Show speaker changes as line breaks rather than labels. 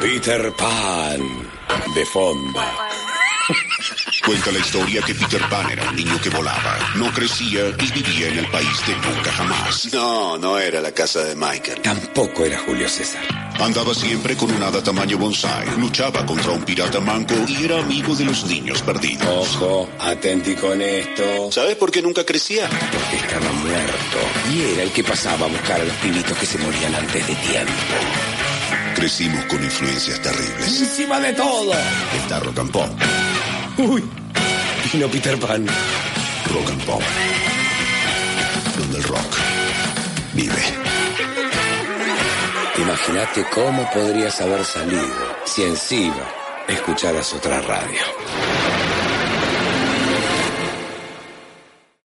Peter Pan de fondo.
Cuenta la historia que Peter Pan era un niño que volaba, no crecía y vivía en el país de nunca jamás. No, no era la casa de Michael.
Tampoco era Julio César.
Andaba siempre con un hada tamaño bonsai, luchaba contra un pirata manco y era amigo de los niños perdidos.
Ojo, atenti con esto.
¿Sabes por qué nunca crecía?
Porque estaba muerto. Y era el que pasaba a buscar a los pibitos que se morían antes de tiempo.
Crecimos con influencias terribles.
Encima de todo.
Está rock and pop,
Uy. Vino Peter Pan.
rock and pop. Donde el rock vive.
Imagínate cómo podrías haber salido si encima escucharas otra radio.